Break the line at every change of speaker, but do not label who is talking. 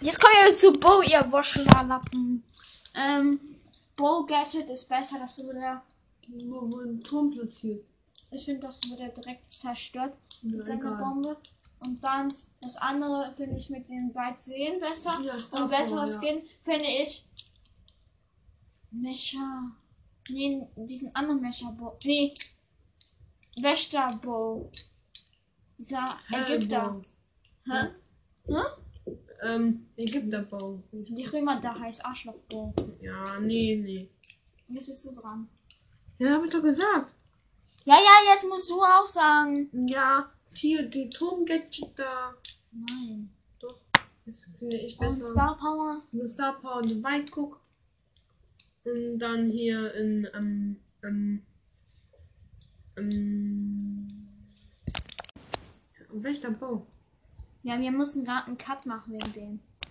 Jetzt kommen wir zu Bo, ihr Waschlappen. Ähm, Bo Gadget ist besser, dass du wieder.
Wo wurde ein Turm platziert?
Ich finde, das wurde direkt zerstört
Ja,
mit seiner
egal.
Bombe. Und dann das andere finde ich mit den Weitseen besser.
Ja, Star
Und besseres
Power, ja.
Skin finde ich. Mesha. Nee, diesen anderen Mesha Bow. Nee. Wächter Bow. Dieser Ägypter.
Hä?
Hä?
Ähm, Ägypterbau.
Die Römer da heißt Arschloch Bow.
Ja, nee, nee.
Jetzt bist du dran.
Ja, hab ich doch gesagt.
Ja, ja, jetzt musst du auch sagen.
Ja, hier, die Turm-Gadget da.
Nein.
Doch, das finde ich
Und
besser.
Star Power.
The Star Power und Weitguck. Und dann hier in, ähm, ähm, ähm, Wächterbau.
Ja, wir müssen gerade einen Cut machen wegen denen.